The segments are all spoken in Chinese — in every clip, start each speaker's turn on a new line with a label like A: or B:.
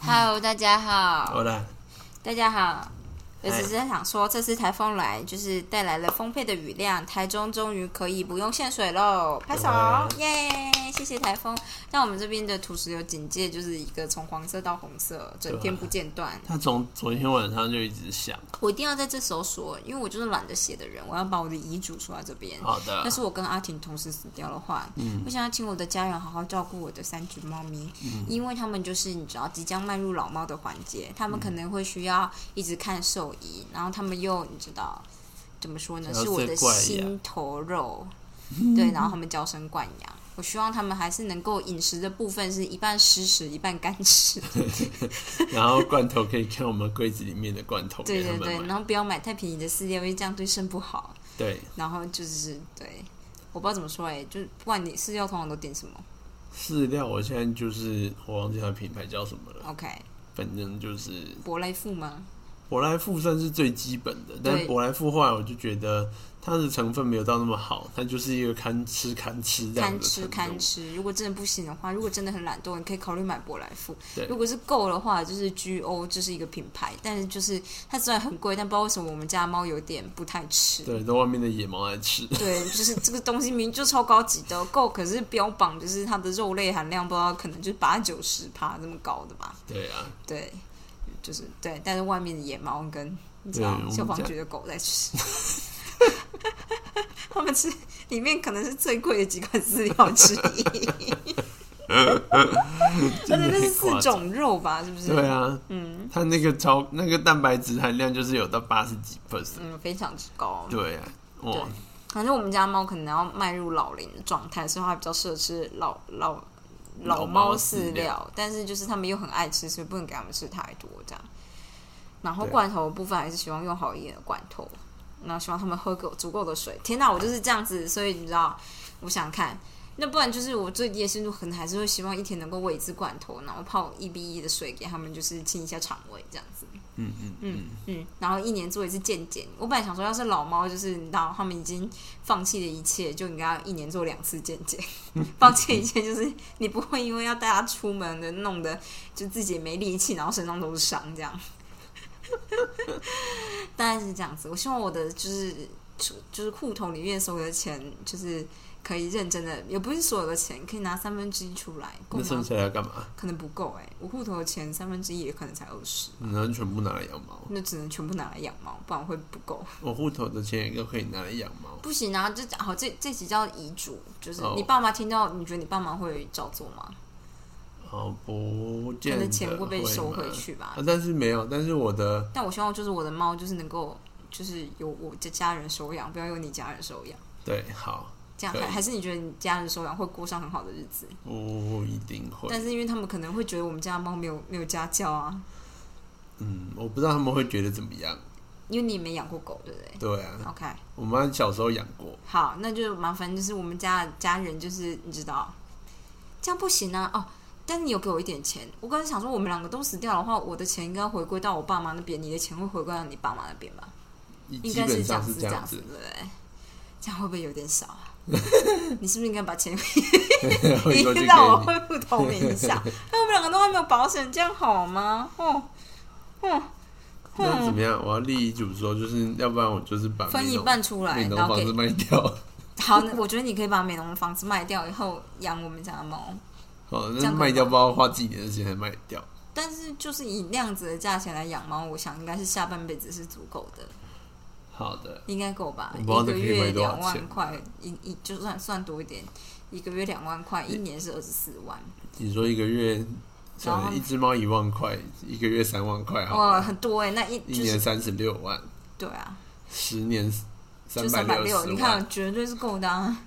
A: Hello，大家好，
B: 好啦，
A: 大家好。我
B: 哎
A: 只是想说，这次台风来就是带来了丰沛的雨量，台中终于可以不用限水喽，拍手
B: 哇，
A: 耶！谢谢台风。但我们这边的土石流警戒就是一个从黄色到红色，整天不间断。
B: 他从昨天晚上就一直响。
A: 我一定要在这时候说，因为我就是懒得写的人，我要把我的遗嘱说到这边。
B: 好的
A: 要，是我跟阿婷同时死掉的话，
B: 嗯
A: 我想要请我的家人好好照顾我的三只猫咪，
B: 嗯
A: 因为它们就是你知道即将迈入老猫的环节，它们可能会需要一直看兽医，然后它们又你知道怎么说呢，
B: 角色
A: 是我的
B: 怪呀
A: 心头 肉，对，然后它们娇生惯养。我希望它们还是能够饮食的部分是一半湿食一半干 食，
B: 然后罐头可以看我们柜子里面的罐头
A: 对
B: 给他
A: 对
B: 们
A: 对，
B: 买。
A: 然后不要买太便宜的饲料，因为这样对肾不好。
B: 对，
A: 然后就是对，我不知道怎么说哎、就是不管你饲料通常都点什么
B: 饲料我现在就是我忘记它的品牌叫什么了，
A: ，OK，
B: 反正就是
A: 博莱富吗？
B: 博莱富算是最基本的，但
A: 对
B: 博莱富后来我就觉得它的成分没有到那么好，它就是一个堪吃堪吃这样
A: 贪
B: 的程
A: 吃
B: 度。
A: 贪吃，如果真的不行的话，如果真的很懒惰，你可以考虑买博莱富
B: 对。
A: 如果是够的话，就是 GO 这是一个品牌，但是就是它虽然很贵，但不知道为什么我们家猫有点不太吃。
B: 对，都外面的野猫来吃。
A: 对，就是这个东西明明就超高级的够，可是标榜就是它的肉类含量不知道可能就八九十趴这么高的吧。
B: 对啊，
A: 对，就是对，但是外面的野猫跟你知
B: 对
A: 道
B: 我们
A: 消防
B: 家
A: 局的狗在吃， 他们吃里面可能是最贵的几款饲料之 一，而且
B: 真的
A: 那是
B: 很
A: 四
B: 夸张。
A: 种肉吧？是不是？
B: 对，啊，嗯，它那个超那个蛋白质含量就是有到八十几 percent。
A: 嗯，非常之高。
B: 对啊，哇，
A: 反正我们家猫可能要迈入老龄的状态，所以它比较适合吃老老
B: 老
A: 老
B: 猫
A: 猫
B: 饲
A: 饲
B: 料
A: 料，但是就是它们又很爱吃，所以不能给它们吃太多这样。然后
B: 对
A: 罐头的部分还是希望用好一点的罐头，然后希望它们喝够足够的水。天哪，我就是这样子，所以你知道，我想看。那不然就是我最低的限度，可能还是会希望一天能够喂一次罐头，然后泡一比一的水给他们，就是清一下肠胃这样子。
B: 嗯嗯嗯，
A: 嗯，然后一年做一次健检。我本来想说，要是老猫就是你知道，他们已经放弃了一切，就应该一年做两次健 检。放弃一切就是你不会因为要带它出门的，弄得就自己也没力气，然后身上都是伤这样。 大概是这样子。我希望我的就是出就是户头里面所有的钱，就是可以认真的，也不是所有的钱，可以拿三分之一出来，够
B: 那剩
A: 吗？
B: 下要干嘛？
A: 可能不够哎、我户头的钱三分之一也可能才二十。
B: 你能全部拿来养猫？
A: 那只能全部拿来养猫，不然会不够。
B: 我户头的钱也都可以拿来养猫。
A: 不行啊，这好这这集叫遗嘱，就是
B: 哦
A: 你爸妈听到，你觉得你爸妈会照做吗？
B: 哦，不
A: 他
B: 见
A: 的
B: 得
A: 钱会被收回
B: 嘛
A: 去吧
B: 啊。但是没有，但是我的
A: 但我希望就是我的猫就是能够就是由我的家人收养，不要由你家人收养。
B: 对好
A: 这样
B: 可以
A: 还还是你觉得你家人收养会过上很好的日子？
B: 不一定会。
A: 但是因为他们可能会觉得我们家的猫没有没有家教啊，
B: 嗯，我不知道他们会觉得怎么样。
A: 因为你也没养过狗，对不对
B: 对啊，
A: ？OK，
B: 我妈小时候养过，
A: 好，那就麻烦就是我们家的家人就是你知道，这样不行啊哦。但你有给我一点钱，我刚才想说我们两个都死掉的话，我的钱应该回归到我爸妈那边，你的钱会回归到你爸妈那边吧？应
B: 基
A: 该
B: 本
A: 这样
B: 上是
A: 子，
B: 这样
A: 样
B: 子
A: 对，不对？这样会不会有点少 啊？你是不是应该把钱
B: 回 过去给
A: 让我
B: 你。
A: 会不同一 下？哎那我们两个都还没有保险，这样好吗？哦，
B: 那怎么样？我要立遗嘱说，就是要不然我就是把
A: 分
B: 美
A: 一
B: 浓
A: 半出来，
B: 美
A: 然
B: 农
A: 后
B: 房
A: 给
B: 子卖掉。
A: 好，那我觉得你可以把美容房子卖掉，以后养我们家的猫。
B: 哦，
A: 这
B: 那
A: 样可以
B: 卖掉
A: 吗
B: 不知道花几年的时间才卖掉。
A: 但是就是以那样子的价钱来养猫，我想应该是下半辈子是足够的，
B: 好的，
A: 应该够吧？
B: 我
A: 一
B: 不知道
A: 个
B: 这可以
A: 月
B: 卖多少
A: 两万
B: 钱
A: 块，一一就算算多一点，一个月两万块，一年是二十四万，
B: 你说一个月，
A: 然
B: 算
A: 后
B: 了，一只猫一万块，一个月三万块，好
A: 哇，
B: 了，
A: 很多哎、那一
B: 一
A: 就
B: 年
A: 是
B: 三十六万，
A: 对啊，
B: 十年
A: 就
B: 三
A: 三百
B: 百
A: 六，
B: 十
A: 你
B: 万，
A: 看啊绝对是够的、 啊，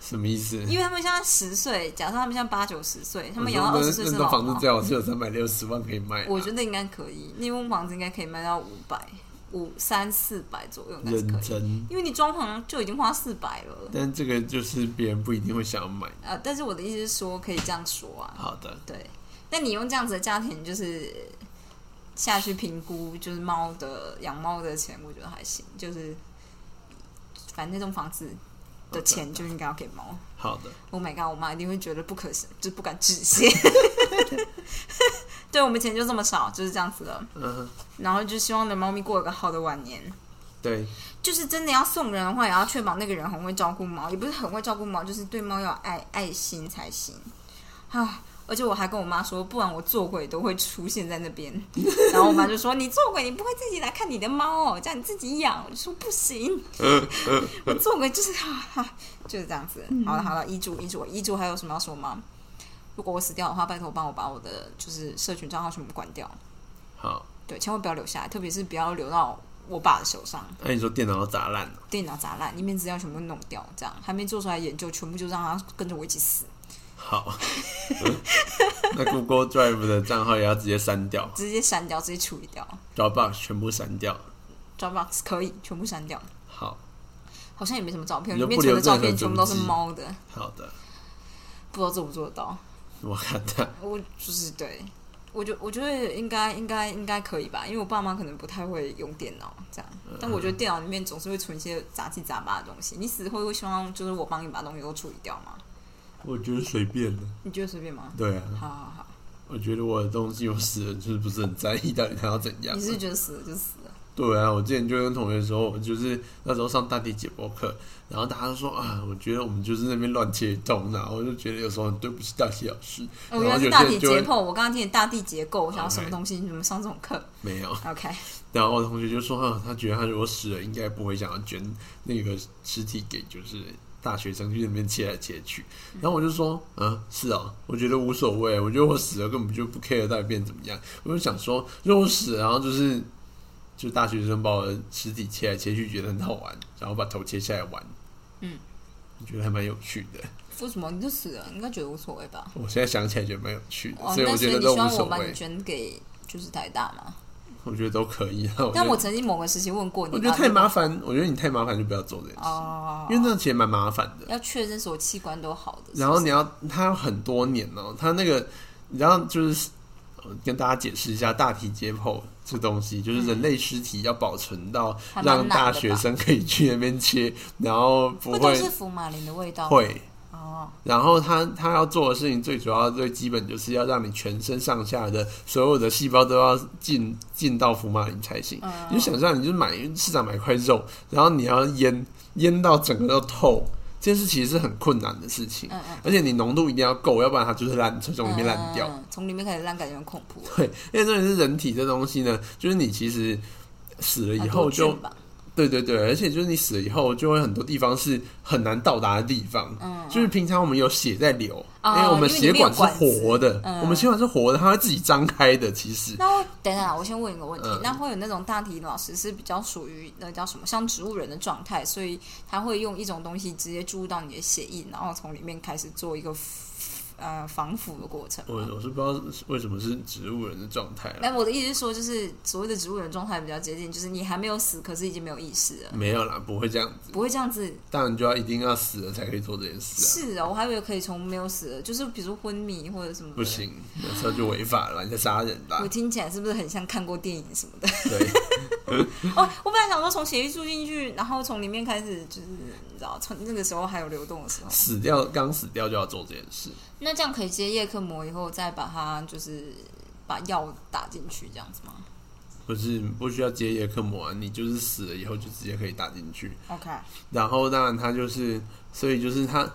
B: 什么意思？
A: 因为他们现在十岁，假设他们现在八九十岁，他们养到
B: 我
A: 二
B: 说
A: 十岁
B: 那
A: 是
B: 那栋
A: 老
B: 房子
A: 猫，
B: 最好是有三百六十万可以卖啊，
A: 我觉得应该可以，那栋房子应该可以卖到五百五三四百左右，应该是
B: 认
A: 可以，
B: 真，
A: 因为你装潢就已经花四百了。
B: 但这个就是别人不一定会想要买。
A: 呃，但是我的意思是说，可以这样说啊，
B: 好的，
A: 对。那你用这样子的价钱，就是下去评估，就是猫的养猫的钱，我觉得还行。就是反正那栋房子的钱就应该要给猫。
B: 好的，
A: Oh my god！我妈一定会觉得不可思，就是不敢置信。对，我们钱就这么少，就是这样子了。
B: 嗯哼，
A: 然后就希望的猫咪过一个好的晚年。
B: 对，
A: 就是真的要送人的话，也要确保那个人很会照顾猫，也不是很会照顾猫，就是对猫要有爱爱心才行。啊！而且我还跟我妈说，不然我做鬼都会出现在那边。 然后我妈就说：“你做鬼，你不会自己来看你的猫哦，叫你自己养。”我就说：“不行，我做鬼就是哈哈、就是这样子。”好了好了，遗嘱遗嘱遗嘱还有什么要说吗？如果我死掉的话，拜托帮我把我的就是社群账号全部关掉，
B: 好。
A: 对，千万不要留下来，特别是不要留到我爸的手上。
B: 那、你说电脑要砸烂了？
A: 电脑砸烂，里面资料全部弄掉，这样还没做出来研究，全部就让他跟着我一起死，
B: 好，嗯那 Google Drive 的账号也要直接删掉
A: 直接删掉，直接处理掉。
B: ，Dropbox 全部删掉。
A: Dropbox 可以全部删掉，
B: 好，
A: 好像也没什么照片，
B: 你
A: 里
B: 就
A: 面
B: 不留
A: 存的照
B: 任
A: 片
B: 何
A: 全部都是
B: 踪迹
A: 猫的，
B: 好的，
A: 不知道做不做得到。
B: 我看到。
A: 我就是对，我觉我觉得应该应该应该可以吧，因为我爸妈可能不太会用电脑这样，但我觉得电脑里面总是会存一些杂七杂八的东西。你死后会希望就是我帮你把东西都处理掉吗？
B: 我觉得随便的。
A: 你觉得随便吗？
B: 对啊，
A: 好好好，
B: 我觉得我的东西我死了就是不是很在意到底它要怎样
A: 你。是觉得死了就死了。
B: 对啊，我之前就跟同学说，我就是那时候上大地解剖课，然后大家都说啊，我觉得我们就是那边乱切洞，然后我就觉得有时候很对不起大西老师，
A: 哦，
B: 然
A: 原
B: 后
A: 来
B: 有
A: 是
B: 些
A: 大
B: 人
A: 体
B: 就
A: 解
B: 会
A: 剖，我刚刚听你大地结构，我想要
B: OK
A: 什么东西？你怎么上这种课
B: 没有。
A: ？OK，
B: 然后我同学就说，啊，他觉得他如果死了，应该不会想要捐那个尸体给就是大学生去那边切来切去。然后我就说，啊，是啊，我觉得无所谓，我觉得我死了根本就不 care 到底变怎么样。我就想说，如果我死了，然后就是就大学生把我的尸体切来切去，觉得很好玩，然后把头切下来玩，
A: 嗯，
B: 我觉得还蛮有趣的。
A: 为什么你就死了？你应该觉得无所谓吧？
B: 我现在想起来觉得蛮有趣的，
A: 哦，
B: 所以
A: 那
B: 我
A: 所
B: 觉
A: 以
B: 得
A: 你
B: 都
A: 希
B: 无
A: 望我
B: 所
A: 把
B: 谓
A: 你，捐给就是台大吗？
B: 我觉得都可以。然后
A: 但
B: 我
A: 我
B: 觉得
A: 曾经某个时期问过你，
B: 我觉得
A: 然后
B: 太
A: 就
B: 麻烦，我觉得你太麻烦就不要做这件事。
A: 哦，
B: 因为那其实蛮麻烦的。
A: 要确认所有器官都好的，是不是
B: 然后你要它很多年哦、它那个你知道就是呃跟大家解释一下大体解剖这东西，就是人类尸体要保存到
A: 还蛮难
B: 让
A: 的吧
B: 大学生可以去那边切，然后不
A: 会都
B: 会
A: 是福马林的味道吗
B: 会。
A: 哦，
B: 然后他他要做的事情最主要最基本就是要让你全身上下的所有的细胞都要进进到福马林才行。
A: 嗯
B: 你就想象你就买市场买块肉，然后你要腌腌到整个都透，这件事其实是很困难的事情，
A: 嗯嗯
B: 而且你浓度一定要够，要不然它就是烂，就从里面烂
A: 嗯，
B: 掉。
A: 嗯嗯从里面开始烂，感觉很恐怖。
B: 对，因为这里是人体这东西呢，就是你其实死了以后
A: 很多
B: 就
A: 菌吧，
B: 对对对，而且就是你死了以后，就会很多地方是很难到达的地方。
A: 嗯
B: 就是平常我们有血在流，
A: 哦
B: 因为我
A: 因为
B: 们
A: 你
B: 血
A: 没有
B: 管
A: 管
B: 是
A: 子
B: 活的，
A: 嗯
B: 我们血管是活的，它会自己张开的。其实
A: 那会等等啊，我先问一个问题，
B: 嗯
A: 那会有那种大体老师是比较属于那叫什么，像植物人的状态，所以他会用一种东西直接注入到你的血液，然后从里面开始做一个呃防腐的过程吗。
B: 我我是不知道为什么是植物人的状态了，
A: 那我的意思是说，就是所谓的植物人状态比较接近，就是你还没有死，可是已经没有意识了，
B: 没有啦，不会这样子。
A: 不会这样子。
B: 当然就要一定要死了才可以做这件事啊，
A: 是啊，我还以为可以从没有死了，就是比如说昏迷或者什么的。
B: 不行，啊那时候就违法了，你在杀人啦
A: 我。听起来是不是很像看过电影什么的？
B: 对，
A: 哦，我本来想说从血液注进去，然后从里面开始，就是你知道，从那个时候还有流动的时候，
B: 死掉刚死掉就要做这件事。
A: 那这样可以接叶克膜以后再把它就是把药打进去这样子吗
B: 不是不需要接叶克膜啊，你就是死了以后就直接可以打进去，
A: ？OK，
B: 然后当然他就是，所以就是他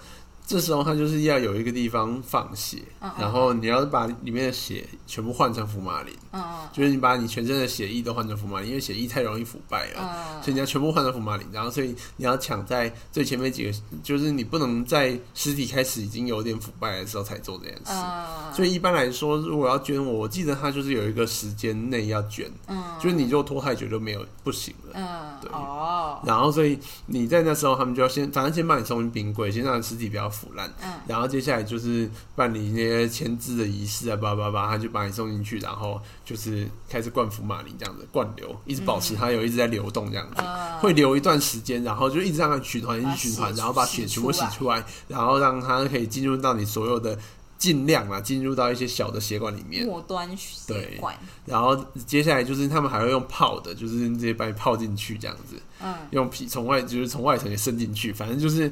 B: 这时候他就是要有一个地方放血，
A: 嗯嗯
B: 然后你要把里面的血全部换成福马林，
A: 嗯
B: 就是你把你全身的血液都换成福马林，因为血液太容易腐败了。
A: 嗯
B: 所以你要全部换成福马林，然后所以你要抢在最前面几个，就是你不能在尸体开始已经有点腐败的时候才做这件事。
A: 嗯
B: 所以一般来说，如果要捐我，我记得他就是有一个时间内要捐，
A: 嗯
B: 就是你如果拖太久就没有不行了。
A: 嗯
B: 对
A: 哦，
B: 然后所以你在那时候，他们就要先，反正先把你送进冰柜，先让尸体不要腐烂。
A: 嗯
B: 然后接下来就是办理那些签字的仪式啊，叭叭叭，他就把你送进去，然后就是开始灌福马林这样子灌流，一直保持它有一直在流动这样子，
A: 嗯
B: 会流一段时间，然后就一直让它循环，一
A: 把它
B: 直循环，
A: 洗
B: 然后把
A: 洗
B: 血全部
A: 出
B: 洗
A: 来
B: 出来，然后让它可以进入到你所有的尽量啊，进入到一些小的血管里面。
A: 呃末端血管，
B: 然后接下来就是他们还会用泡的，就是直接把你泡进去这样子。
A: 嗯
B: 用皮从外就是从外层给渗进去，反正就是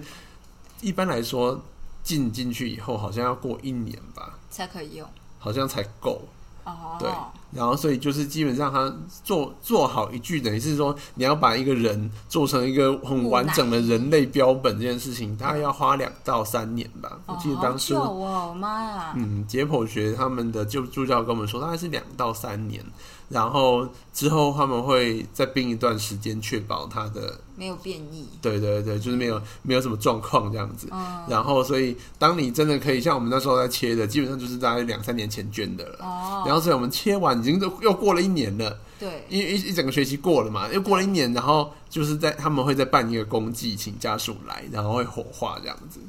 B: 一般来说进进去以后好像要过一年吧，
A: 才可以用
B: 好像才够。
A: 哦。
B: 对，然后所以就是基本上他做做好一句，等于是说你要把一个人做成一个很完整的人类标本这件事情，大概要花两到三年吧。我
A: 哦
B: 记得当初，
A: 好久哦，妈呀！
B: 嗯，解剖学他们的就助教跟我们说，大概是两到三年，然后之后他们会再冰一段时间，确保它的
A: 没有变异，
B: 对对对，就是没有没有什么状况这样子。
A: 嗯，
B: 然后，所以当你真的可以像我们那时候在切的，基本上就是大概两三年前捐的了。
A: 哦，
B: 然后所以我们切完已经都又过了一年了，
A: 对，
B: 一一一整个学期过了嘛，又过了一年，然后就是在他们会再办一个公祭，请家属来，然后会火化这样子。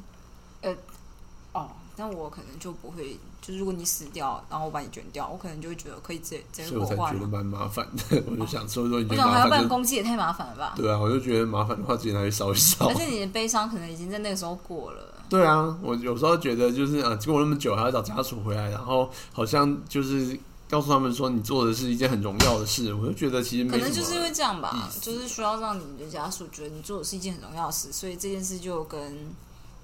A: 哦，但我可能就不会，就是如果你死掉，然后我把你卷掉，我可能就会觉得可以直接直
B: 所
A: 接
B: 以我
A: 火
B: 才
A: 化
B: 觉得
A: 了。
B: 蛮麻烦的， 我就想说，如果你
A: 我
B: 觉得
A: 想还
B: 麻
A: 要办
B: 烦就，
A: 公祭也太麻烦了吧？
B: 对啊，我就觉得麻烦的话，自己拿去烧一烧
A: 而。且你的悲伤可能已经在那个时候过了。
B: 对啊，我有时候觉得就是啊，经过那么久还要找家属回来，然后好像就是告诉他们说你做的是一件很荣耀的事，我就觉得其实
A: 可
B: 没什
A: 能
B: 么。
A: 就是因为这样吧
B: 意，思
A: 就是需要让你的家属觉得你做的是一件很荣耀的事，所以这件事就跟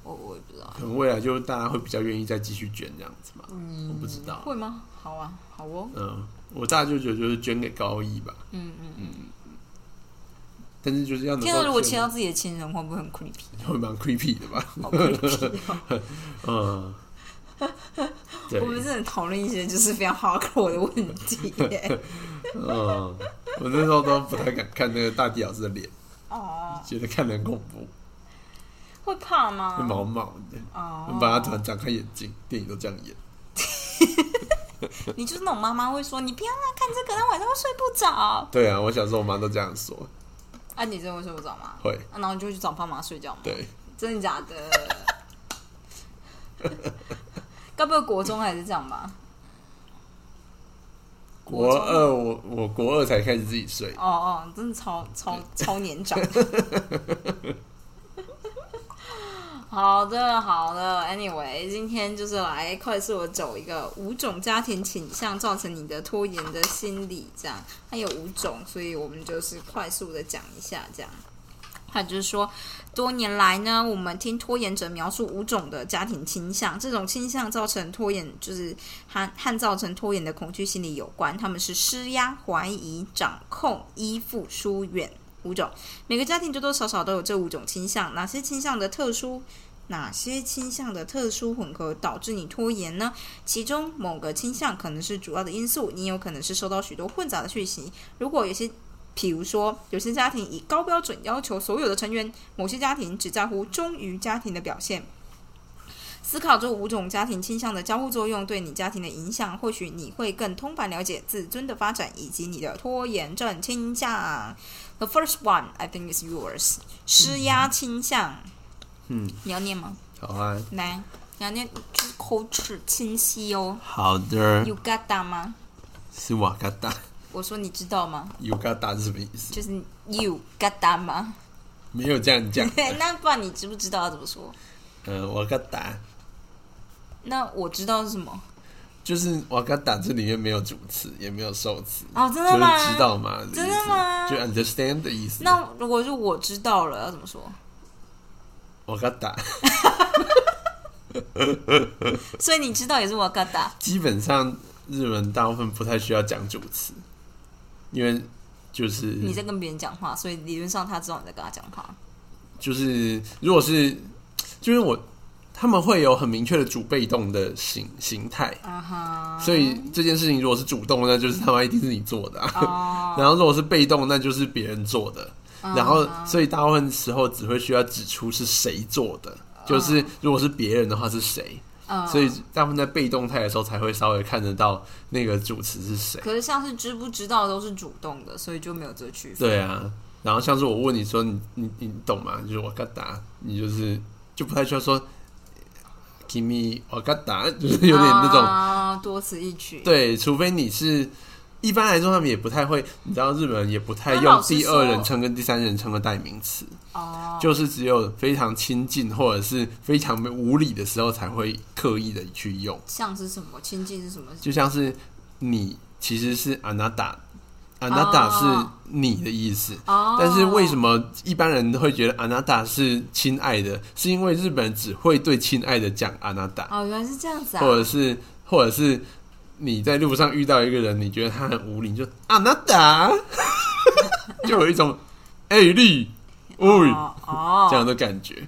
A: 我我也不知道，
B: 可能未来就大家会比较愿意再继续捐这样子嘛，嗯我不知道。
A: 会吗？好啊，好哦，
B: 嗯，我大舅舅就是捐给高一吧，
A: 嗯嗯嗯。
B: 但是就是要能
A: 天啊哪，如
B: 够
A: 果切
B: 捐
A: 到自己的亲人，会不会很 creepy？
B: 会蛮 creepy 的 吧？
A: 好 creepy 哦！
B: 嗯，对
A: 我，们真的讨论一些就是非常 hardcore 的问题耶。
B: 嗯，我那时候都不太敢看那个大地老师的脸，
A: 哦，
B: 觉得看得很恐怖，
A: 会怕
B: 会
A: 吗？
B: 毛毛的。
A: 哦
B: 我，把他突然张开眼睛，电影都这样演。
A: 你就是那种妈妈会说你不要啊，看这个，那晚上会睡不着。
B: 对啊，我小时候我妈都这样说，
A: 啊，你真的会睡不着吗？
B: 会，
A: 啊，然后你就会去找爸妈睡觉吗？
B: 对，
A: 真的假的？该不会国中还是这样吧？国
B: 国
A: 中
B: 二我我国二才开始自己睡，
A: 哦哦，真的超超超年长。好的，好的。Anyway，今天就是来快速的走一个五种家庭倾向造成你的拖延的心理，这样它有五种，所以我们就是快速的讲一下这样。他就是说，多年来呢，我们听拖延者描述五种的家庭倾向，这种倾向造成拖延，就是和和造成拖延的恐惧心理有关。他们是施压、怀疑、掌控、依附、疏远五种。每个家庭多多少少都有这五种倾向，哪些倾向的特殊？哪些倾向的特殊混合导致你拖延呢？其中某个倾向可能是主要的因素，你有可能是收到许多混杂的讯息。如果有些，比如说有些家庭以高标准要求所有的成员，某些家庭只在乎忠于家庭的表现。思考这五种家庭倾向的交互作用对你家庭的影响，或许你会更通盘了解自尊的发展以及你的拖延症倾向。The first one, I think, is yours，施压倾向。
B: 嗯，
A: 你要念吗？
B: 好啊，
A: 来，你要念，就是口齿清晰哦。
B: 好的，
A: You got that 吗？
B: 是瓦嘎达，
A: 我说你知道吗？
B: 尤嘎达是什么意思？
A: 就是 You got that 吗？
B: 没有这样 讲，
A: 那不然你知不知道要怎么说？
B: 嗯，瓦嘎达
A: 那我知道是什么？
B: 就是瓦嘎达，这里面没有主词，也没有受词，
A: 哦，真
B: 就
A: 的吗？
B: 是知道嘛，意思
A: 真的吗
B: 就 understand 的意思。
A: 那如果是我知道了，要怎么说？
B: 我嘎达，
A: 所以你知道也是我嘎达
B: 基本上日文大部分不太需要讲主词，因为就是
A: 你在跟别人讲话，所以理论上他知道你在跟他讲话。
B: 就是如果是就是我他们会有很明确的主被动的形形态，
A: 啊哈
B: 所以这件事情如果是主动，那就是他妈一定是你做的、啊。
A: 哦， 嗯
B: 然后如果是被动，那就是别人做的。然后，所以大部分时候只会需要指出是谁做的，就是如果是别人的话是谁。
A: 嗯
B: 所以大部分在被动态的时候才会稍微看得到那个主词是谁。
A: 可是像是知不知道都是主动的，所以就没有这区分。
B: 对啊，然后像是我问你说你你你懂吗？就是我嘎达，你就是就不太需要说 kimi 我嘎达，就是有点那种、
A: 啊、多此一举。，
B: 对，除非你是。一般来说，他们也不太会，你知道日本人也不太
A: 那老
B: 用
A: 实
B: 第
A: 说
B: 二人称跟第三人称的代名词，
A: 哦，
B: 就是只有非常亲近或者是非常无理的时候才会刻意的去用。
A: 像是什么亲近是什么？
B: 就像是你其实是 anada 安娜达
A: 哦
B: 是你的意思。
A: 哦，
B: 但是为什么一般人会觉得安娜达是亲爱的？是因为日本人只会对亲爱的讲安娜达，
A: 哦，原来是这样子啊
B: 或！者是或者是你在路上遇到一个人，你觉得他很无理，你就安娜达， 就有一种哎力，喂、
A: 哦哦，
B: 这样的感觉。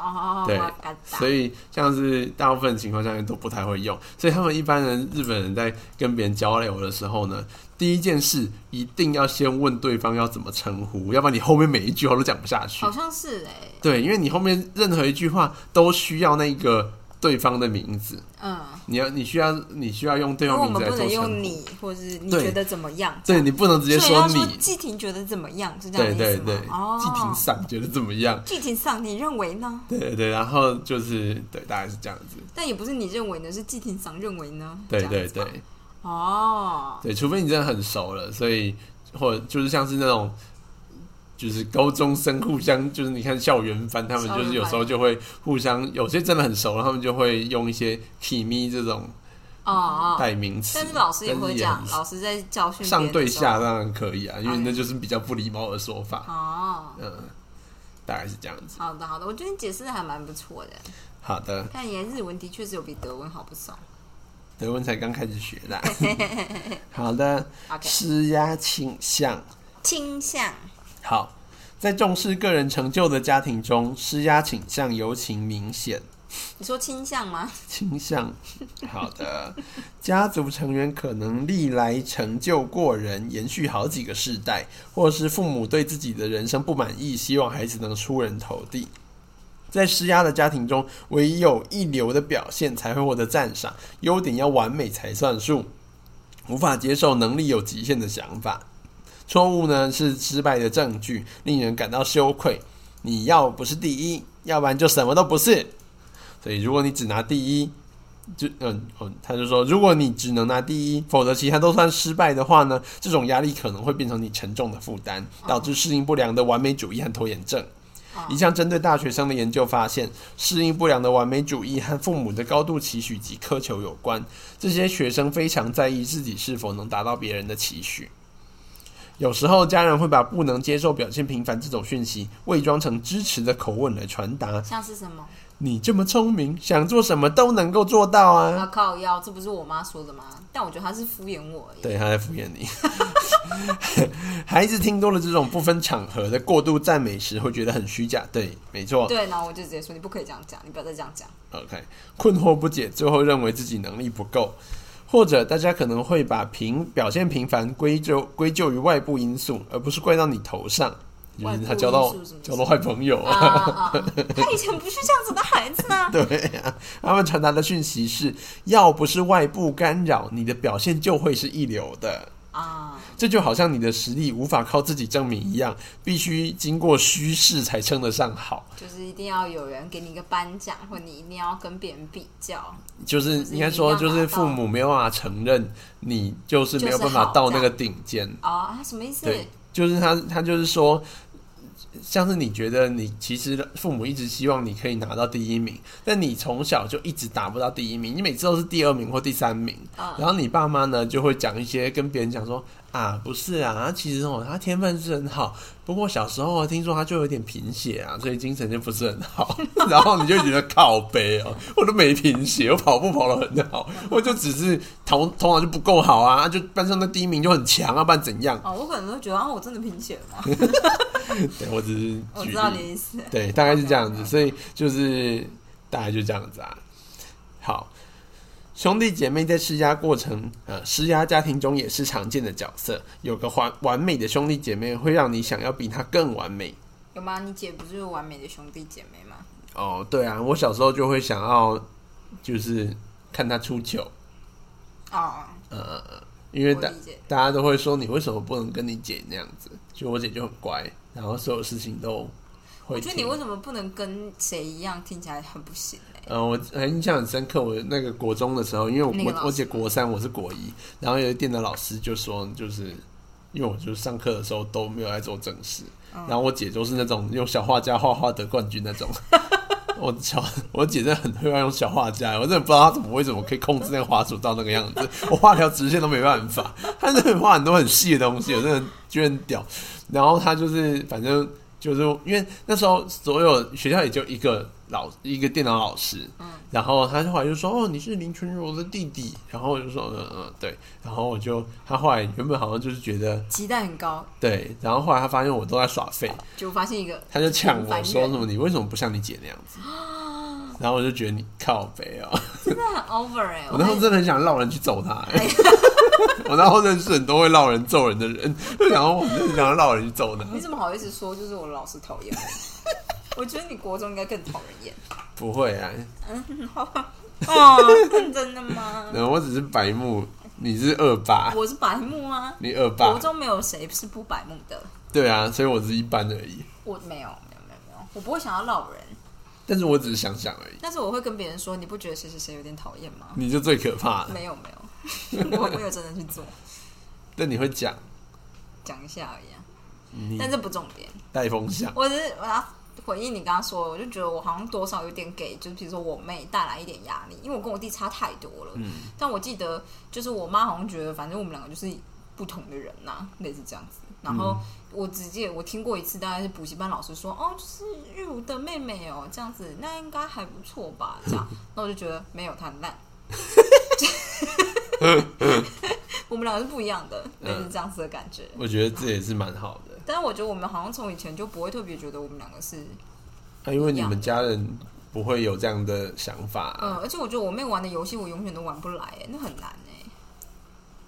A: 哦，
B: 对
A: 哇嘎达
B: 所以像是大部分情况下都不太会用，所以他们一般人日本人在跟别人交流的时候呢，第一件事一定要先问对方要怎么称呼，要不然你后面每一句话都讲不下去
A: 好。像是哎，
B: 对，因为你后面任何一句话都需要那个对方的名字，
A: 嗯，
B: 你要你需要你需要用对
A: 因为
B: 方
A: 我
B: 名字
A: 们
B: 来
A: 不
B: 做
A: 能用
B: 称呼，
A: 你，或是你
B: 对
A: 觉得怎么样？
B: 对你不能直接
A: 所以要
B: 你
A: 说。季婷觉得怎么样，是这
B: 对
A: 样的意
B: 对
A: 思
B: 对，
A: 吗？哦，
B: 季婷赏觉得怎么样？
A: 季婷上，你认为呢？
B: 对对对，然后就是对，大概是这样子。
A: 但也不是你认为呢，是季婷上认为呢？
B: 对
A: 这
B: 对
A: 样子
B: 对
A: 吗，哦，
B: 对，除非你真的很熟了，所以或者就是像是那种，就是高中生互相，就是你看校园番，他们就是有时候就会互相，有些真的很熟，然后他们就会用一些 kimi 这种
A: 哦哦，
B: 代名词。
A: 但是老师也会这样
B: 但，是也
A: 老师在教训别
B: 很上
A: 人
B: 对
A: 的时候
B: 下当然可以啊，因为
A: 哎
B: 那就是比较不礼貌的说法。
A: 哦。
B: 嗯，大概是这样子。
A: 好的，好的，我觉得你解释的还蛮不错的，
B: 好的，
A: 但你的日文的确是有比德文好不少。
B: 德文才刚开始学 啦。好的，
A: OK，
B: 施压倾向。
A: 倾向
B: 好，在重视个人成就的家庭中，施压倾向尤其明显。
A: 你说倾向吗？
B: 倾向好的，家族成员可能历来成就过人，延续好几个世代，或是父母对自己的人生不满意，希望孩子能出人头地。在施压的家庭中，唯有一流的表现才会获得赞赏，优点要完美才算数，无法接受能力有极限的想法。错误呢是失败的证据，令人感到羞愧。你要不是第一，要不然就什么都不是。所以如果你只拿第一，就嗯嗯，他就说，如果你只能拿第一，否则其他都算失败的话呢，这种压力可能会变成你沉重的负担，导致适应不良的完美主义和拖延症。一项针对大学生的研究发现，适应不良的完美主义和父母的高度期许及苛求有关。这些学生非常在意自己是否能达到别人的期许。有时候，家人会把不能接受表现平凡这种讯息伪装成支持的口吻来传达，
A: 像是什么？
B: 你这么聪明，想做什么都能够做到啊！
A: 啊靠腰，这不是我妈说的吗？但我觉得她是敷衍我而已。
B: 对，他在敷衍你。 孩子听多了这种不分场合的过度赞美时，会觉得很虚假。对，没错。
A: 对，然后我就直接说你不可以这样讲，你不要再这样 讲。
B: OK，困惑不解，最后认为自己能力不够，或者大家可能会把平表现平凡归咎归咎于外部因素，而不是怪到你头上。就是他交
A: 外
B: 到
A: 部因素是什么意思
B: 交到坏朋友
A: 啊啊！啊她以前不是这样子的孩子啊。
B: 对啊，他们传达的讯息是：要不是外部干扰，你的表现就会是一流的。
A: 啊，
B: 这就好像你的实力无法靠自己证明一样，必须经过虚试才称得上好。
A: 就是一定要有人给你一个颁奖，或你一定要跟别人比较。
B: 就
A: 就
B: 是
A: 是
B: 应该说，
A: 一定
B: 就
A: 要
B: 是
A: 达到
B: 父母没有办法承认你就是没有办法到那个顶尖。
A: 哦，啊什么意思？
B: 对，就是他，他就是说，像是你觉得你其实父母一直希望你可以拿到第一名，但你从小就一直达不到第一名，你每次都是第二名或第三名。
A: 嗯
B: 然后你爸妈呢就会讲一些跟别人讲说啊，不是啊，他其实哦，他天分是很好，不过小时候啊听说他就有点贫血啊，所以精神就不是很好。然后你就觉得靠背哦，我都没贫血，我跑步跑得很好，我就只是头头脑就不够好啊，就班上的第一名就很强啊，不然怎样？
A: 哦，我可能会觉得啊，我真的贫血吗？
B: 对我只是
A: 我
B: 举
A: 知道
B: 例
A: 你的。意思。
B: 对，大概是这样子，所以就是大概就这样子啊。好，兄弟姐妹在施压过程，呃，施压家庭中也是常见的角色。有个完完美的兄弟姐妹，会让你想要比他更完美。
A: 有吗？你姐不是完美的兄弟姐妹吗？
B: 哦，对啊，我小时候就会想要，就是看他出糗，
A: 哦，
B: 呃，因为
A: 我
B: 大
A: 理解
B: 大家都会说你为什么不能跟你姐那样子？就我姐就很乖，然后所有事情都
A: 我
B: 会听。
A: 觉得你为什么不能跟谁一样？听起来很不行哎、
B: 呃，我很印象很深刻，我那个国中的时候，因为我
A: 那个老
B: 我
A: 师
B: 我姐国三，我是国一，然后有一电脑老师就说，就是因为我就是上课的时候
A: 嗯
B: 都没有在做正事，然后我姐就是那种用小画家画画得冠军那种，我小我姐真的很会用小画家，我真的不知道她怎么为什么可以控制那个滑鼠到那个样子，我画条直线都没办法，她真的画很多很细的东西，我真的觉得很屌。然后她就是反正就是因为那时候所有学校也就一个老一个电脑老师，然后她后来就说哦你是林春柔的弟弟，然后我就说嗯嗯对，然后我就她后来原本好像就是觉得
A: 期待很高，
B: 对，然后后来她发现我都在耍废，
A: 就发现一 个
B: 他就呛我
A: 很
B: 说
A: 烦
B: 什
A: 人
B: 么你为什么不像你姐那样子？然后我就觉得你靠北哦、
A: 真的很 over 哎、
B: 我那时候真的很想绕人去揍他、欸。 我那时候认识很多会绕人揍人的人，就想说我真的想要绕人去揍他。
A: 你怎么好意思说就是我老师讨厌我？ 我觉得你国中应该更讨人厌。
B: 不会啊，
A: 哦，真的吗？
B: 那我只是白目，你是恶霸，
A: 我是白目啊，
B: 你恶
A: 国
B: 霸，
A: 中没有谁是不白目的。
B: 对啊，所以我只是一般而已。
A: 我没有，没有，没有，没有，我不会想要闹人，
B: 但是我只是想想而已，
A: 但是我会跟别人说，你不觉得谁谁谁有点讨厌吗？
B: 你就最可怕了。
A: 没有，没有，我没有真的去做，
B: 但你会讲，
A: 讲一下而已、啊。
B: 你
A: 但这不重点，
B: 带风向，
A: 我只是我要回应你刚刚说的，我就觉得我好像多少有点给，就是比如说我妹带来一点压力，因为我跟我弟差太多了。
B: 嗯，
A: 但我记得就是我妈好像觉得，反正我们两个就是不同的人呐、类似这样子。然后我只记得我听过一次，大概是补习班老师说，哦，就是玉茹的妹妹哦，这样子，那应该还不错吧？这样，那我就觉得没有她烂。我们两个是不一样的，类似这样子的感觉。
B: 我觉得这也是蛮好的。
A: 但是我觉得我们好像从以前就不会特别觉得我们两个是，
B: 啊，因为你们家人不会有这样的想法、啊。
A: 嗯，而且我觉得我妹玩的游戏我永远都玩不来，哎，那很难哎，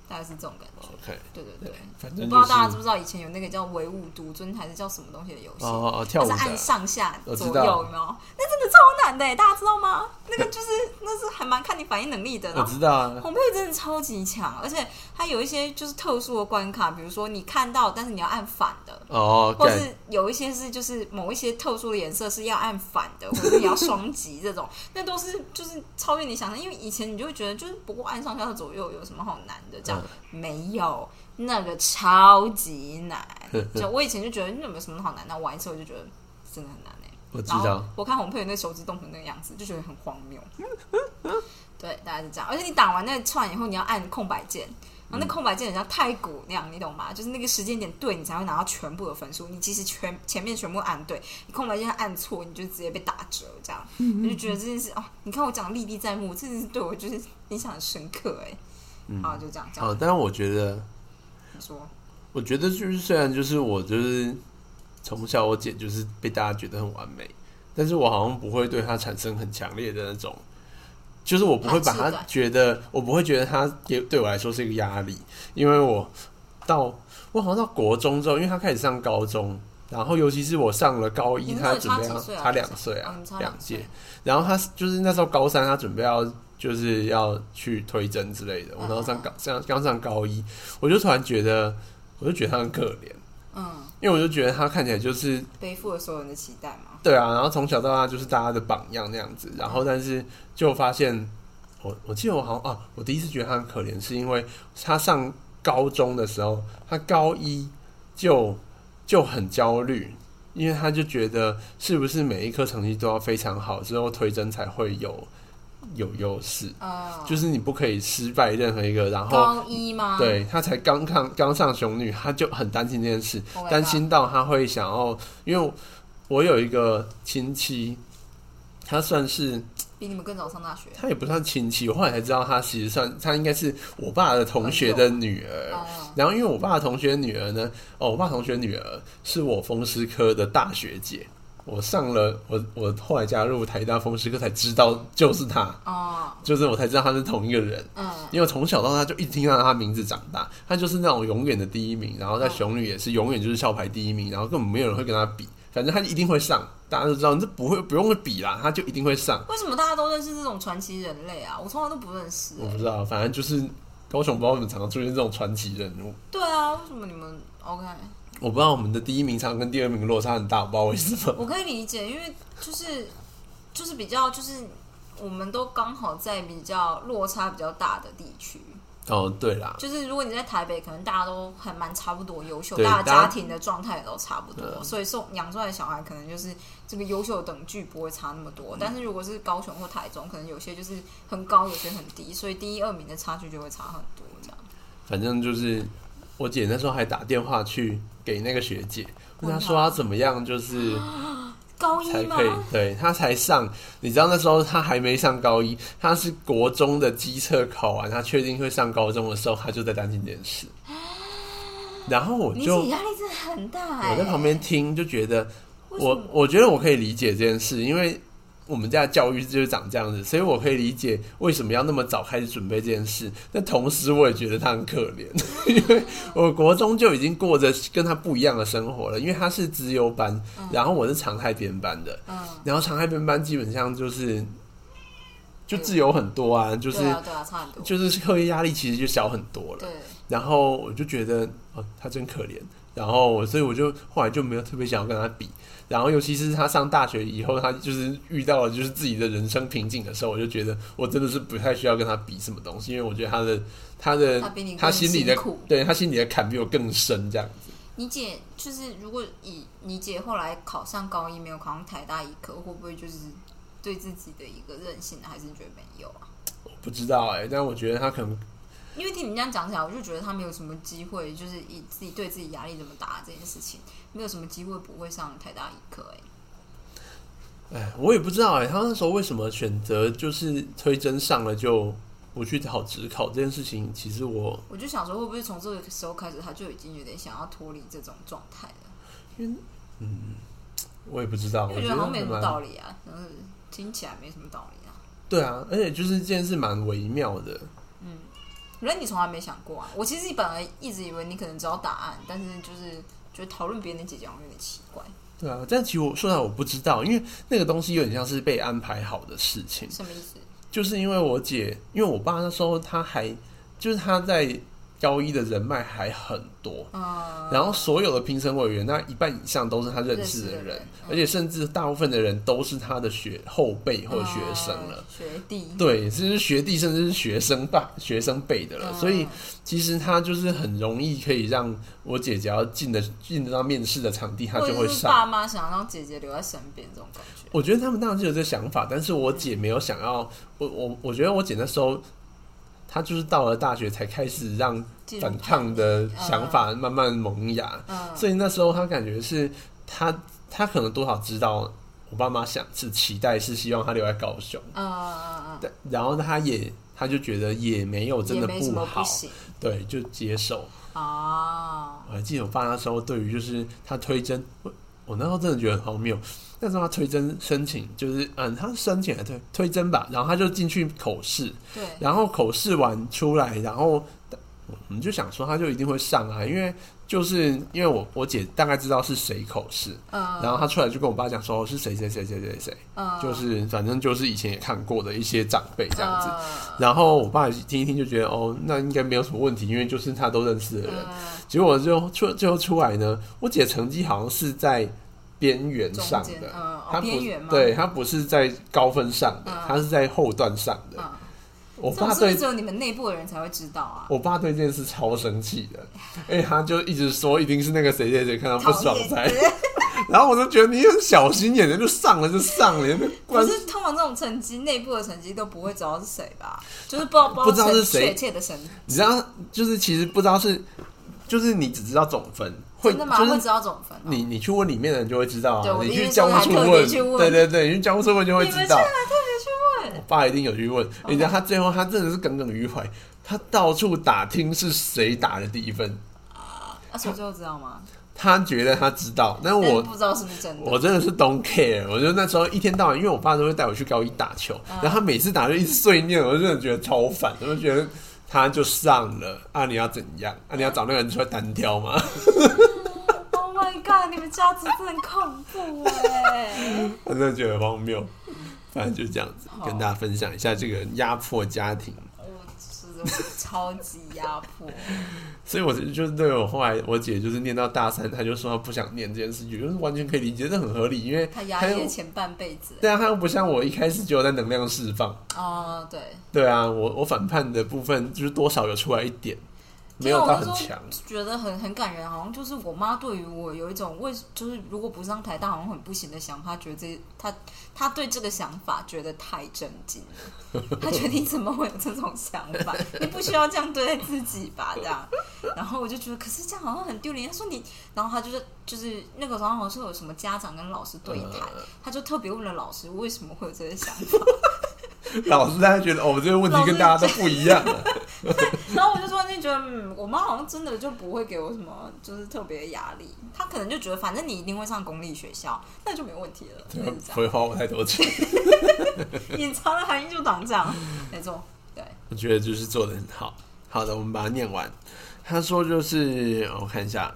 A: 大概是这种感觉。
B: OK，
A: 对对对，
B: 反
A: 我
B: 正
A: 不知道
B: 就是
A: 大家知不知道以前有那个叫唯物独尊还是叫什么东西的游戏，
B: 哦哦跳
A: 它
B: 舞
A: 是
B: 的
A: 按上下
B: 我知
A: 左
B: 道
A: 右，有没有？那真的超难的耶，大家知道吗？那个就是那是还蛮看你反应能力的。
B: 我
A: 然后
B: 知道啊，
A: 红配真的超级强，而且它有一些就是特殊的关卡，比如说你看到，但是你要按反的。
B: 哦，
A: 或
B: 干
A: 是有一些是就是某一些特殊的颜色是要按反的，或者是你要双击这种， 那都是就是超越你想象。因为以前你就会觉得就是不过按上下左右有什么好难的，这样、
B: 嗯
A: 没有那个超级 难。就我以前就觉得那有没有什么好难，那玩一次我就觉得真的很难哎、
B: 我知
A: 然后
B: 道，
A: 我看红佩那手指动成那个样子，就觉得很荒 谬。对，大概是这样。而且你打完那个串以后，你要按空白键，然后那空白键很像太鼓那样，你懂吗？就是那个时间点对，你才会拿到全部的分数。你即使全前面全部按对，你空白键按错，你就直接被打折。这样，
B: 嗯
A: 我就觉得这件事哦，你看我讲得历历在目，这件事对我就是印象很深刻哎。好，就这样，这样
B: 哦，但是我觉得，
A: 你说，
B: 我觉得就是虽然就是我就是从小我姐就是被大家觉得很完美，但是我好像不会对她产生很强烈的那种，就是我不会把
A: 排
B: 她
A: 斥感
B: 觉得，我不会觉得她给对我来说是一个压力，因为我到我好像到国中之后，因为她开始上高中。然后，尤其是我上了高一，
A: 你们
B: 她
A: 有
B: 准
A: 差
B: 备
A: 几
B: 要
A: 岁啊
B: 差两岁啊
A: 哦你差，两
B: 两
A: 岁
B: 届。然后她就是那时候高三，她准备要就是要去推甄之类的。我那时候上高上刚上高一，我就突然觉得，我就觉得他很可怜，
A: 嗯，
B: 因为我就觉得他看起来就是
A: 背负了所有人的期待嘛，
B: 对啊，然后从小到大就是大家的榜样那样子，然后但是就发现，我我记得我好像啊，我第一次觉得他很可怜，是因为他上高中的时候，他高一就就很焦虑。因为他就觉得是不是每一科成绩都要非常好，之后推甄才会有有优势，
A: 嗯，
B: 就是你不可以失败任何一个，然后
A: 高一吗？，
B: 对他才刚看刚上雄女，他就很担心这件事，
A: Oh my
B: 担心到他会想要，因为我有一个亲戚，他算是
A: 比你们更早上大学，
B: 他也不算亲戚，我后来才知道他其实算他应该是我爸的同学的女儿。
A: 嗯，
B: 然后，因为我爸的同学女儿呢，哦，我爸同学女儿是我风湿科的大学姐，我上了我我后来加入台大风湿科才知道就是她，
A: 哦，
B: 就是我才知道她是同一个人。
A: 嗯。
B: 因为从小到大就一直听到他名字长大，他就是那种永远的第一名，然后在雄女也是永远就是校排第一名，然后根本没有人会跟他比，反正他一定会上，大家都知道，你这不会不用会比啦，他就一定会上。
A: 为什么大家都认识这种传奇人类啊？我从来都不认识、
B: 我不知道，反正就是高雄不知道为什么常常出现这种传奇人物，
A: 对啊，为什么你们 OK？
B: 我不知道我们的第一名常常跟第二名落差很大，我不知道为什么。
A: 我可以理解，因为就是就是比较就是我们都刚好在比较落差比较大的地区，
B: 哦，对啦，
A: 就是如果你在台北，可能大家都还蛮差不多优秀，
B: 对
A: 大家
B: 大家
A: 家庭的状态也都差不多，
B: 嗯
A: 所以送养出来的小孩可能就是这个优秀的等距不会差那么
B: 嗯
A: 多。但是如果是高雄或台中，可能有些就是很高，有些很低，所以第一二名的差距就会差很多。这样，
B: 反正就是我姐那时候还打电话去给那个学姐，问
A: 问
B: 她
A: 她
B: 说她怎么样，就是
A: 高一
B: 才
A: 吗
B: 可？以，对她才上。你知道那时候她还没上高一，她是国中的机测考完，她确定会上高中的时候，她就在担心这件事。然后我
A: 啊你
B: 就
A: 姐压力真的很大、欸。
B: 我在旁边听，就觉得
A: 为什么
B: 我我觉得我可以理解这件事，因为我们家的教育就是长这样子，所以我可以理解为什么要那么早开始准备这件事。但同时，我也觉得他很可怜， 因为我国中就已经过着跟他不一样的生活了，因为他是资优班，然后我是常态编班的，
A: 嗯，
B: 然后常态编班基本上就是就自由很多啊，就是
A: 对啊对啊，差很多。
B: 就是课业压力其实就小很多了。
A: 对，
B: 然后我就觉得哦，他真可怜。然后我，所以我就后来就没有特别想要跟他比。然后，尤其是他上大学以后，他就是遇到了就是自己的人生瓶颈的时候，我就觉得我真的是不太需要跟他比什么东西，因为我觉得他的他的
A: 他比你更
B: 心里的
A: 辛苦
B: 对他心里的坎比我更深，这样子。
A: 你姐就是如果以你姐后来考上高一没有考上台大医科，会不会就是对自己的一个任性，还是你觉得没有啊？
B: 我不知道哎、但我觉得他可能
A: 因为听你这样讲起来，我就觉得他没有什么机会，就是以自己对自己压力这么大这件事情，没有什么机会不会上台大医科、欸。
B: 哎，我也不知道哎、他那时候为什么选择就是推甄上了就不去考职考这件事情，其实我
A: 我就想说，会不会从这个时候开始，他就已经有点想要脱离这种状态了？
B: 我也不知道，
A: 因为
B: 我
A: 我觉得好像没什么
B: 蛮
A: 道理啊，但是听起来没什么道理啊。
B: 对啊，而且就是这件事蛮微妙的。
A: 可是你从来没想过啊！我其实本来一直以为你可能知道答案，但是就是觉得讨论别人的姐姐好像有点奇怪。
B: 对啊，但其实我说实话我不知道，因为那个东西有点像是被安排好的事情，
A: 什么意思？
B: 就是因为我姐，因为我爸那时候他还就是他在高一的人脉还很多，
A: 嗯，
B: 然后所有的评审委员那一半以上都是他认识
A: 认识
B: 的
A: 的
B: 人
A: 人，嗯
B: 而且甚至大部分的人都是他的学后辈或学生了。
A: 嗯学弟，
B: 对，甚至是学弟，甚至是学生爸、学生辈的了，
A: 嗯
B: 所以其实他就是很容易可以让我姐只要进的进得到面试的场地，他
A: 或
B: 就
A: 者
B: 会
A: 是
B: 上。
A: 爸妈想让姐姐留在身边这种感觉。
B: 我觉得他们当然是有这想法，但是我姐没有想要，我我我觉得我姐那时候，她就是到了大学才开始让
A: 进入
B: 反抗的想法慢慢萌芽，
A: 嗯，
B: 所以那时候她感觉是她她可能多少知道我爸妈想是期待是希望她留在高雄，
A: 嗯嗯嗯
B: 但然后她也她就觉得也没有
A: 嗯，
B: 真
A: 也
B: 的
A: 没什么
B: 好，
A: 行
B: 对，就接受。
A: 啊。
B: 我还记得我爸那时候对于就是他推甄，我我那时候真的觉得很荒谬。那时候他推甄申请，就是嗯，他申请还推推甄吧，然后他就进去口试，
A: 对，
B: 然后口试完出来，然后我们就想说他就一定会上啊，因为就是因为我我姐大概知道是谁口试，
A: 嗯
B: 然后他出来就跟我爸讲说是谁谁谁谁谁谁，
A: 嗯，
B: 就是反正就是以前也看过的一些长辈这样子。
A: 子，
B: 然后我爸听一听就觉得哦，那应该没有什么问题，因为就是他都认识的人。
A: 嗯
B: 结果就出最后出来呢，我姐成绩好像是在边缘上
A: 中间
B: 的，
A: 嗯，
B: 她
A: 哦
B: 不
A: 边缘嘛，
B: 对，她不是在高分上的
A: 嗯，
B: 她是在后段上的。
A: 嗯，
B: 我
A: 这种
B: 爸
A: 是不
B: 对
A: 是只有你们内部的人才会知道啊？
B: 我爸对这件事超生气的，哎，他就一直说一定是那个谁谁谁看他不爽
A: 讨
B: 才
A: 厌，
B: 然后我就觉得你很小心眼的，就上了就上了，那
A: 可
B: 关
A: 是通常这种成绩，内部的成绩都不会知道是谁吧？就是不知道
B: 不知道是
A: 谁
B: 谁
A: 确切的成绩，
B: 你知道就是其实不知道是，就是你只知道总分，会
A: 真的吗？
B: 就
A: 会
B: 是
A: 知道总分哦？
B: 你你去问里面的人就会知道
A: 对
B: 啊，
A: 我的
B: 你
A: 意思
B: 去
A: 是
B: 教务
A: 还
B: 处
A: 特别
B: 问，
A: 去问
B: 对对对，你去教务处问就会
A: 你
B: 知
A: 们去
B: 道
A: 还。特别去
B: 我
A: 问，
B: 爸一定有去问，你知道他最后他真的是耿耿于怀，他到处打听是谁打的第一分，
A: 啊，所以最后知道吗？
B: 他觉得他知道，但
A: 但
B: 我
A: 不知道是不是真的。
B: 我真的是 don't care，我就那时候一天到晚，因为我爸都会带我去高一打球，
A: 啊
B: 然后他每次打就一直碎念，我就真的觉得超烦，我就觉得他就上了，啊你要怎样？啊你要找那个人出来单挑吗？
A: Oh my god！你们家族真的很恐怖哎。
B: 我真的觉得很荒谬，反正就这样子
A: 好
B: 跟大家分享一下这个压迫家庭。
A: 我是我超级压迫。
B: 所以我就是对我后来我姐就是念到大三，她就说她不想念这件事情，就是完全可以理解，这很合理，因为
A: 他压抑
B: 又
A: 了前半辈子。
B: 对啊，她又不像我一开始就有在能量释放，
A: 哦，对，
B: 对啊，我我反叛的部分就是多少有出来一点，没有到很强，
A: 觉得很很感人，好像就是我妈对于我有一种为，就是如果不上台大好像很不行的想法，觉得这她她对这个想法觉得太震惊 了，她觉得你怎么会有这种想法？你不需要这样对待自己吧？这样，然后我就觉得，可是这样好像很丢脸。她说你，然后她就是就是那个时候好像是有什么家长跟老师对谈，
B: 嗯
A: 她就特别问了老师为什么会有这些想法。
B: 老师他觉得哦，这个问题跟大家都不一样啊了，
A: 然后我就突然间觉得，嗯，我妈好像真的就不会给我什么，就是特别的压力。她可能就觉得，反正你一定会上公立学校，那就没问题了。就是这
B: 不会花我太多钱。
A: 样， 隐藏的含义就长这样，没错。对，
B: 我觉得就是做的很好。好的，我们把它念完。他说就是哦我看一下，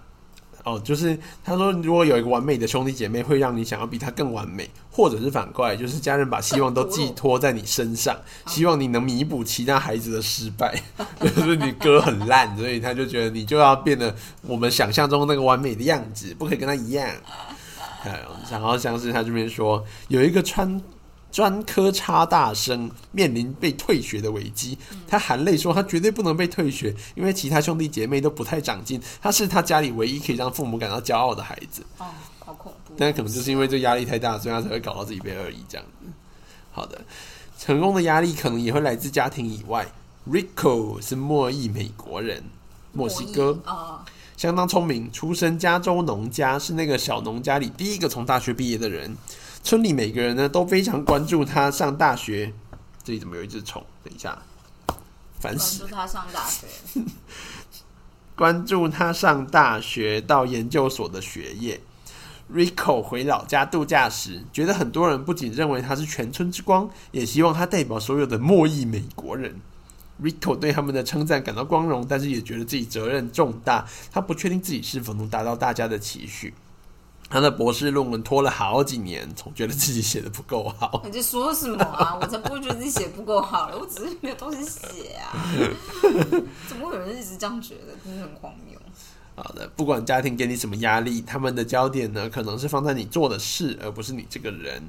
B: 哦，就是他说如果有一个完美的兄弟姐妹，会让你想要比他更完美，或者是反过来，就是家人把希望都寄托在你身上，希望你能弥补其他孩子的失败。 就是你哥很烂，所以他就觉得你就要变得我们想象中那个完美的样子，不可以跟他一样。哎呦然后像是他这边说，有一个穿专科差大生面临被退学的危机，他含泪说他绝对不能被退学，因为其他兄弟姐妹都不太长进，他是他家里唯一可以让父母感到骄傲的孩子。
A: 哦，好恐怖。
B: 但可能就是因为这压力太大，所以他才会搞到自己被恶意这样子。好的，成功的压力可能也会来自家庭以外。Rico 是莫裔美国人，墨西哥，
A: 啊、
B: 相当聪明，出身加州农家，是那个小农家里第一个从大学毕业的人。村里每个人呢都非常关注他上大学。这里怎么有一只虫？等一下，烦
A: 呃，
B: 死了！
A: 帮助她上大学。
B: 关注他上大学到研究所的学业。Rico 回老家度假时，觉得很多人不仅认为他是全村之光，也希望他代表所有的莫裔美国人。Rico 对他们的称赞感到光荣，但是也觉得自己责任重大，他不确定自己是否能达到大家的期许。他的博士论文拖了好几年，总觉得自己写的不够好。
A: 你在说什么啊？我才不会觉得自己写不够好了，我只是没有东西写啊。 怎么会有人一直这样觉得？真的很荒谬。
B: 好的，不管家庭给你什么压力，他们的焦点呢，可能是放在你做的事，而不是你这个人。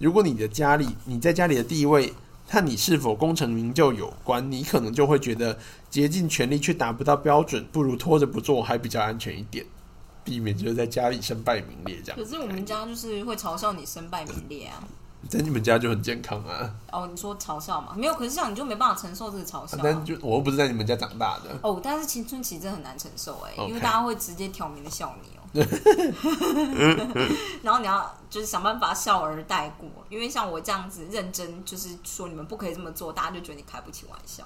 B: 如果你的家里，你在家里的地位和你是否功成名就有关，你可能就会觉得竭尽全力却达不到标准，不如拖着不做还比较安全一点，避免就是在家里身败名裂这样。
A: 可是我们家就是会嘲笑你身败名裂啊。
B: 在你们家就很健康啊，
A: 哦，你说嘲笑嘛？没有，可是这样你就没办法承受这个嘲笑、啊
B: 但。就我又不是在你们家长大的，
A: 哦，但是青春期真的很难承受哎、
B: OK
A: 因为大家会直接挑明的笑你哦、然后你要就是想办法笑而带过，因为像我这样子认真，就是说你们不可以这么做，大家就觉得你开不起玩笑。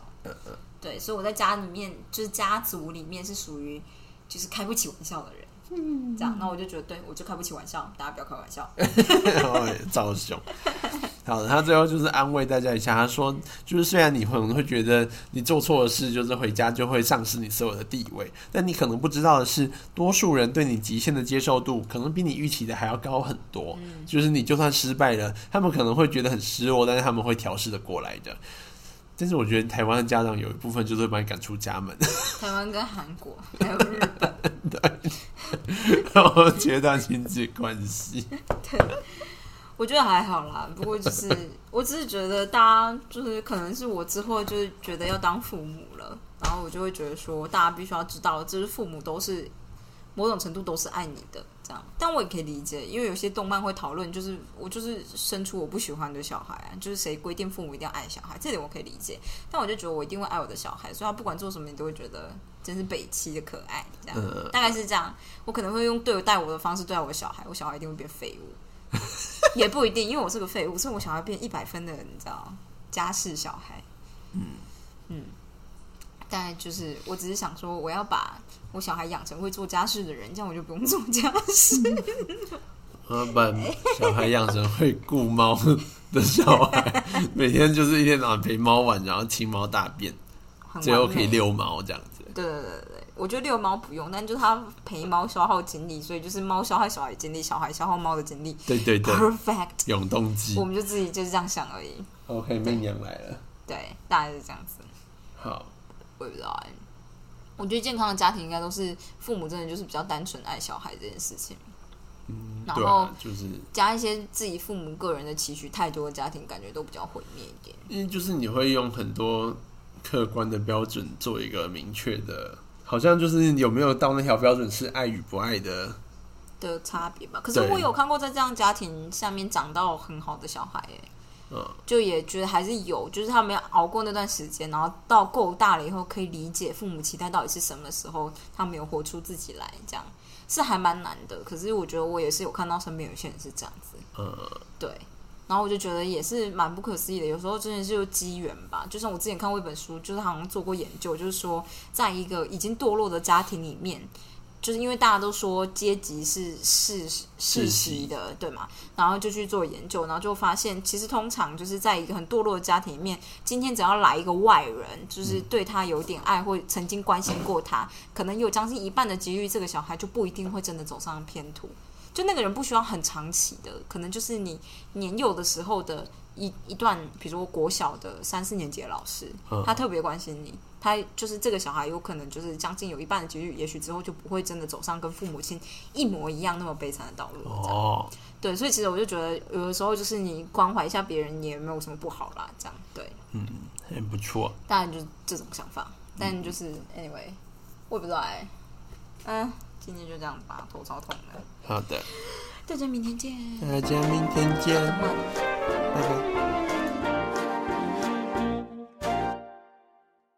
A: 对，所以我在家里面就是家族里面是属于就是开不起玩笑的人。嗯，这样，那我就觉得，对我就开不起玩笑，大家不要开玩笑。
B: 超凶。好的，他最后就是安慰大家一下，他说，就是虽然你可能会觉得你做错的事，就是回家就会丧失你所有的地位，但你可能不知道的是，多数人对你极限的接受度，可能比你预期的还要高很多。就是你就算失败了，他们可能会觉得很失落，但是他们会调试的过来的。但是我觉得台湾的家长有一部分就是会把你赶出家门，
A: 台湾跟韩国还有日本，
B: 然后 切断亲子关系。
A: 我觉得还好啦，不过就是我只是觉得大家就是可能是我之后就是觉得要当父母了，然后我就会觉得说大家必须要知道，就是父母都是某种程度都是爱你的这样，但我也可以理解，因为有些动漫会讨论，就是我就是生出我不喜欢的小孩啊，就是谁规定父母一定要爱小孩，这点我可以理解，但我就觉得我一定会爱我的小孩，所以他不管做什么，你都会觉得真是北七的可爱这样，
B: 嗯
A: 大概是这样，我可能会用对待我的方式对待我的小孩，我小孩一定会变废物。 也不一定，因为我是个废物，所以我想要变一百分的，你知道，家事小孩。嗯嗯，大概就是，我只是想说，我要把我小孩养成会做家事的人，这样我就不用做家事。
B: 嗯我要把小孩养成会顾猫的小孩，每天就是一天到晚陪猫玩，然后清猫大便，
A: 很
B: 最后
A: 完美
B: 可以。遛猫这样子。
A: 对对对对，我觉得遛猫不用，但就是它陪猫消耗精力，所以就是猫消耗小孩精力，小孩消耗猫的精力。
B: 对对对，
A: Perfect，
B: 永动机
A: 我。们就自己就是这样想而已。
B: OK，媚娘来了。
A: 对，大概是这样子。
B: 好，
A: 我也不知道哎、我觉得健康的家庭应该都是父母真的就是比较单纯爱小孩这件事情，
B: 嗯，
A: 然
B: 对
A: 后
B: 啊，就是
A: 加一些自己父母个人的期许太多的家庭，感觉都比较毁灭一点。
B: 因为就是你会用很多客观的标准做一个明确的，好像就是有没有到那条标准是爱与不爱的，
A: 的差别吧。可是
B: 对
A: 我有看过在这样家庭下面长到很好的小孩、欸，
B: 嗯
A: 就也觉得还是有，就是他们要熬过那段时间，然后到够大了以后，可以理解父母期待到底是什么时候，他们有活出自己来，这样是还蛮难的。可是我觉得我也是有看到身边有些人是这样子，
B: 呃，
A: 对。然后我就觉得也是蛮不可思议的，有时候真的是有机缘吧。就像我之前看过一本书，就是好像做过研究，就是说，在一个已经堕落的家庭里面，就是因为大家都说阶级是世世袭的，对嘛？然后就去做研究，然后就发现，其实通常就是在一个很堕落的家庭里面，今天只要来一个外人，就是对他有点爱或曾经关心过他，可能有将近一半的几率，这个小孩就不一定会真的走上偏途。就那个人不需要很长期的，可能就是你年幼的时候的一一段，比如说国小的三四年级的老师，
B: 嗯
A: 他特别关心你，他就是这个小孩有可能就是将近有一半的几率，也许之后就不会真的走上跟父母亲一模一样那么悲惨的道路。这样
B: 哦，
A: 对，所以其实我就觉得有的时候就是你关怀一下别人也没有什么不好啦，这样对，
B: 很不错，
A: 当然就是这种想法，但就是 anyway，我也不知道哎、嗯，今天就这样吧，头超痛的，
B: 好的，
A: 大家明天见。
B: 大家明天见，
A: 嗯
B: 拜拜。
A: 拜拜。